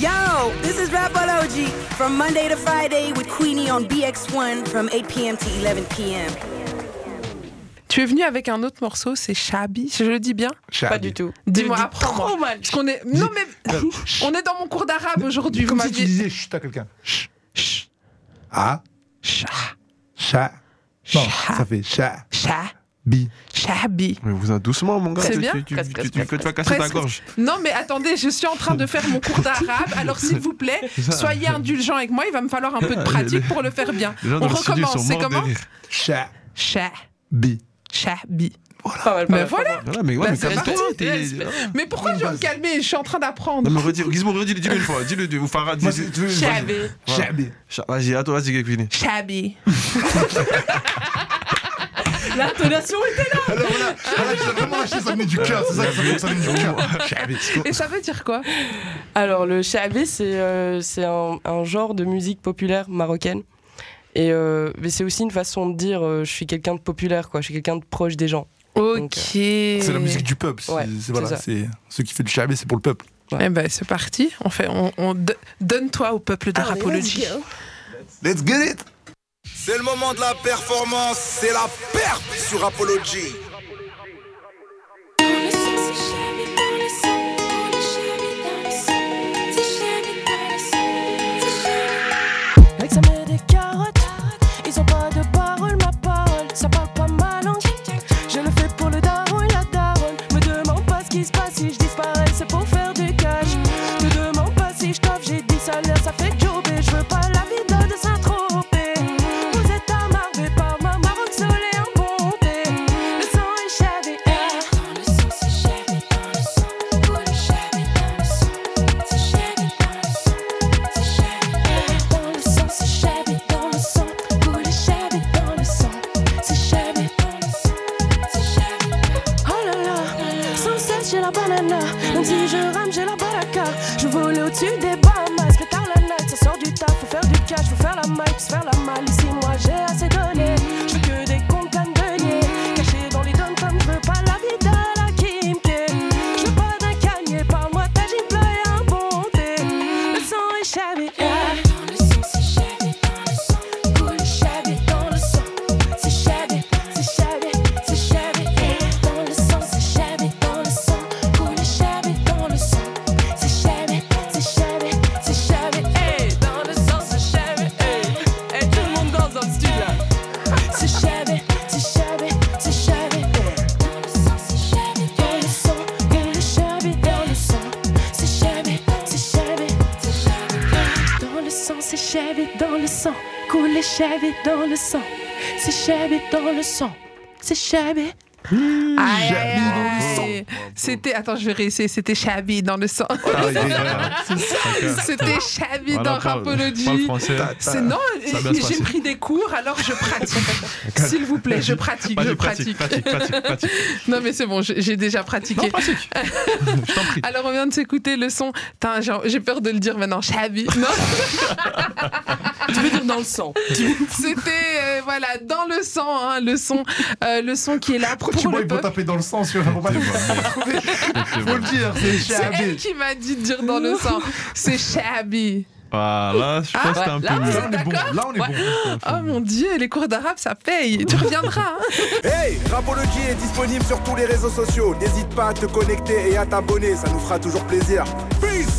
Yo, this is Rapology from Monday to Friday with Queenie on BX1 from 8 p.m. to 11 p.m. Tu es venu avec un autre morceau, c'est Shabi, je le dis bien Pas du tout. Dis-moi, Tu le dis apprends-moi. trop mal. Parce qu'on est. Non mais. Dis- on est dans mon cours d'arabe aujourd'hui, vous Comment m'avez tu disais chut à quelqu'un Chut. Chut. Ah, Sha. chat. Non, Chat. ça fait chat. Sha. Bi. Shabi. Mais vous, doucement, mon gars. C'est tu- bien. Tu, tu, Presque, tu- presque, tu- tu vas casser ta Presque. gorge. Non mais attendez, je suis en train de faire mon cours d'arabe, alors s'il vous plaît, soyez indulgents avec moi, il va me falloir un peu de pratique pour le faire bien. Les gens On dans le studio recommence, sont c'est morts de comment rire. Chat. Sha. Bi. Shabi. Pas mal, pas Mais mal, pas voilà mal. Voilà, mais ouais, Bah, mais c'est calme-toi, respect, t'es- c'est respect. voilà. Mais pourquoi je dois me calmer Je suis en train d'apprendre. Non, mais redis, Gizmo, redis, dis-le une fois. Dis-le deux. Ou Moi, Farah, dis-le. c'est- tu veux- Shabi. Voilà. Chat. Bi. Chat, Vas-y, à toi, vas-y, Kevin. Shabi. L'intonation était là. Alors voilà, voilà, tu as vraiment lâché, ça venait du cœur, c'est ça que ça venait- ça venait du cœur. Chat. Bi. Et ça veut dire quoi Alors, le shabé, c'est euh, c'est un, un genre de musique populaire marocaine. Et euh, mais c'est aussi une façon de dire euh, je suis quelqu'un de populaire, quoi. Je suis quelqu'un de proche des gens. Ok. C'est la musique du peuple. c'est- Ouais, c'est c'est voilà, ça. c'est ce qui fait du chabé, c'est pour le peuple. Eh ben c'est parti, on fait, on, on do- donne-toi au peuple de Rapology. Let's get it. C'est le moment de la performance, c'est la perte sur Apology. Dans le son, c'est jamais dans le son, on est jamais dans le son, c'est jamais dans le son, c'est jamais. Mec, ça met des carottes. Ils ont pas de parole, ma parole. Ça parle pas ma langue. Je le fais pour le daron et la daronne. Me demande pas ce qui se passe si je disparais, c'est pour faire du cash. Te demande pas si je t'offre, j'ai 10 salaires, ça fait job et je veux pas la vie de Saint-Tropez. Vous êtes amarrés par ma maroc soleil en bonté. Le sang est chavé. Dans le son, c'est jamais dans le son, on est jamais dans le son, c'est jamais dans le son, c'est jamais. Dans le son, c'est jamais dans le son, on est jamais dans le son, c'est jamais dans le son, c'est Oh jamais. là là, sans cesse j'ai la banana. Même si je rame, j'ai la baraka. Je vole au-dessus des Bahamas. Que tard la night, ça sort du taf. Faut faire du cash, faut faire la maille, faut se faire la malle. Ici, moi j'ai assez donné. Je veux que des comptes pleins de niais. Caché dans les dom toms je veux pas la vie de la Kim K. Je veux pas d'un canier, par moi t'as une pleuille un bon thé. Le sang est chavé. Dans le son, c'est jamais dans le son, on est jamais dans le son, c'est jamais. C'est chavé. C'est jamais dans le sang, c'est jamais dans le sang, coule jamais dans le sang, c'est jamais, c'est jamais, c'est jamais. Hey, dans le sang, c'est chavé. Hey, hey, tout le monde dans un style là. C'est jamais, c'est jamais, c'est jamais. Dans le sang, c'est jamais dans le sang, coule jamais dans le sang, c'est jamais, c'est jamais, c'est jamais. Dans le sang, c'est chavé dans le sang. Coule chavé dans le sang. C'est chavé dans le sang. C'est chavé. Mmh. Aïe, Shabi aïe, Ah, dans le aïe. C'était, attends, je vais réessayer, c'était Shabi dans le sang. Ah, il est- voilà. C'était Shabi dans Parle Rapology. français. T'as- t'as- C'est non, Ça va bien se j'ai passer. pris des cours, alors je pratique. S'il vous plaît, je pratique, je Vas-y, pratique. pratique, pratique, pratique. Non mais c'est bon, j'ai j'ai déjà pratiqué. Non, pratique. Je t'en prie. Alors on vient de s'écouter le son. Tain, J'ai j'ai peur de le dire maintenant. Shabi. Non, Tu veux dire dans le sang. c'était euh, voilà dans le sang, hein, le son, euh, le son qui est là pour Pourquoi tu vois, le ils vont peuple. taper dans le sang sur la T'es propagande bon, Faut le merde. dire, c'est C'est elle chabé. qui m'a dit de dire dans le sang. C'est Shabi. Voilà, je pense que t'es un là, peu vous mieux. êtes d'accord là on est bon. Oh mon dieu, les cours d'arabe ça paye. Tu reviendras. hein. Hey, Rapology est disponible sur tous les réseaux sociaux. N'hésite pas à te connecter et à t'abonner, ça nous fera toujours plaisir. Peace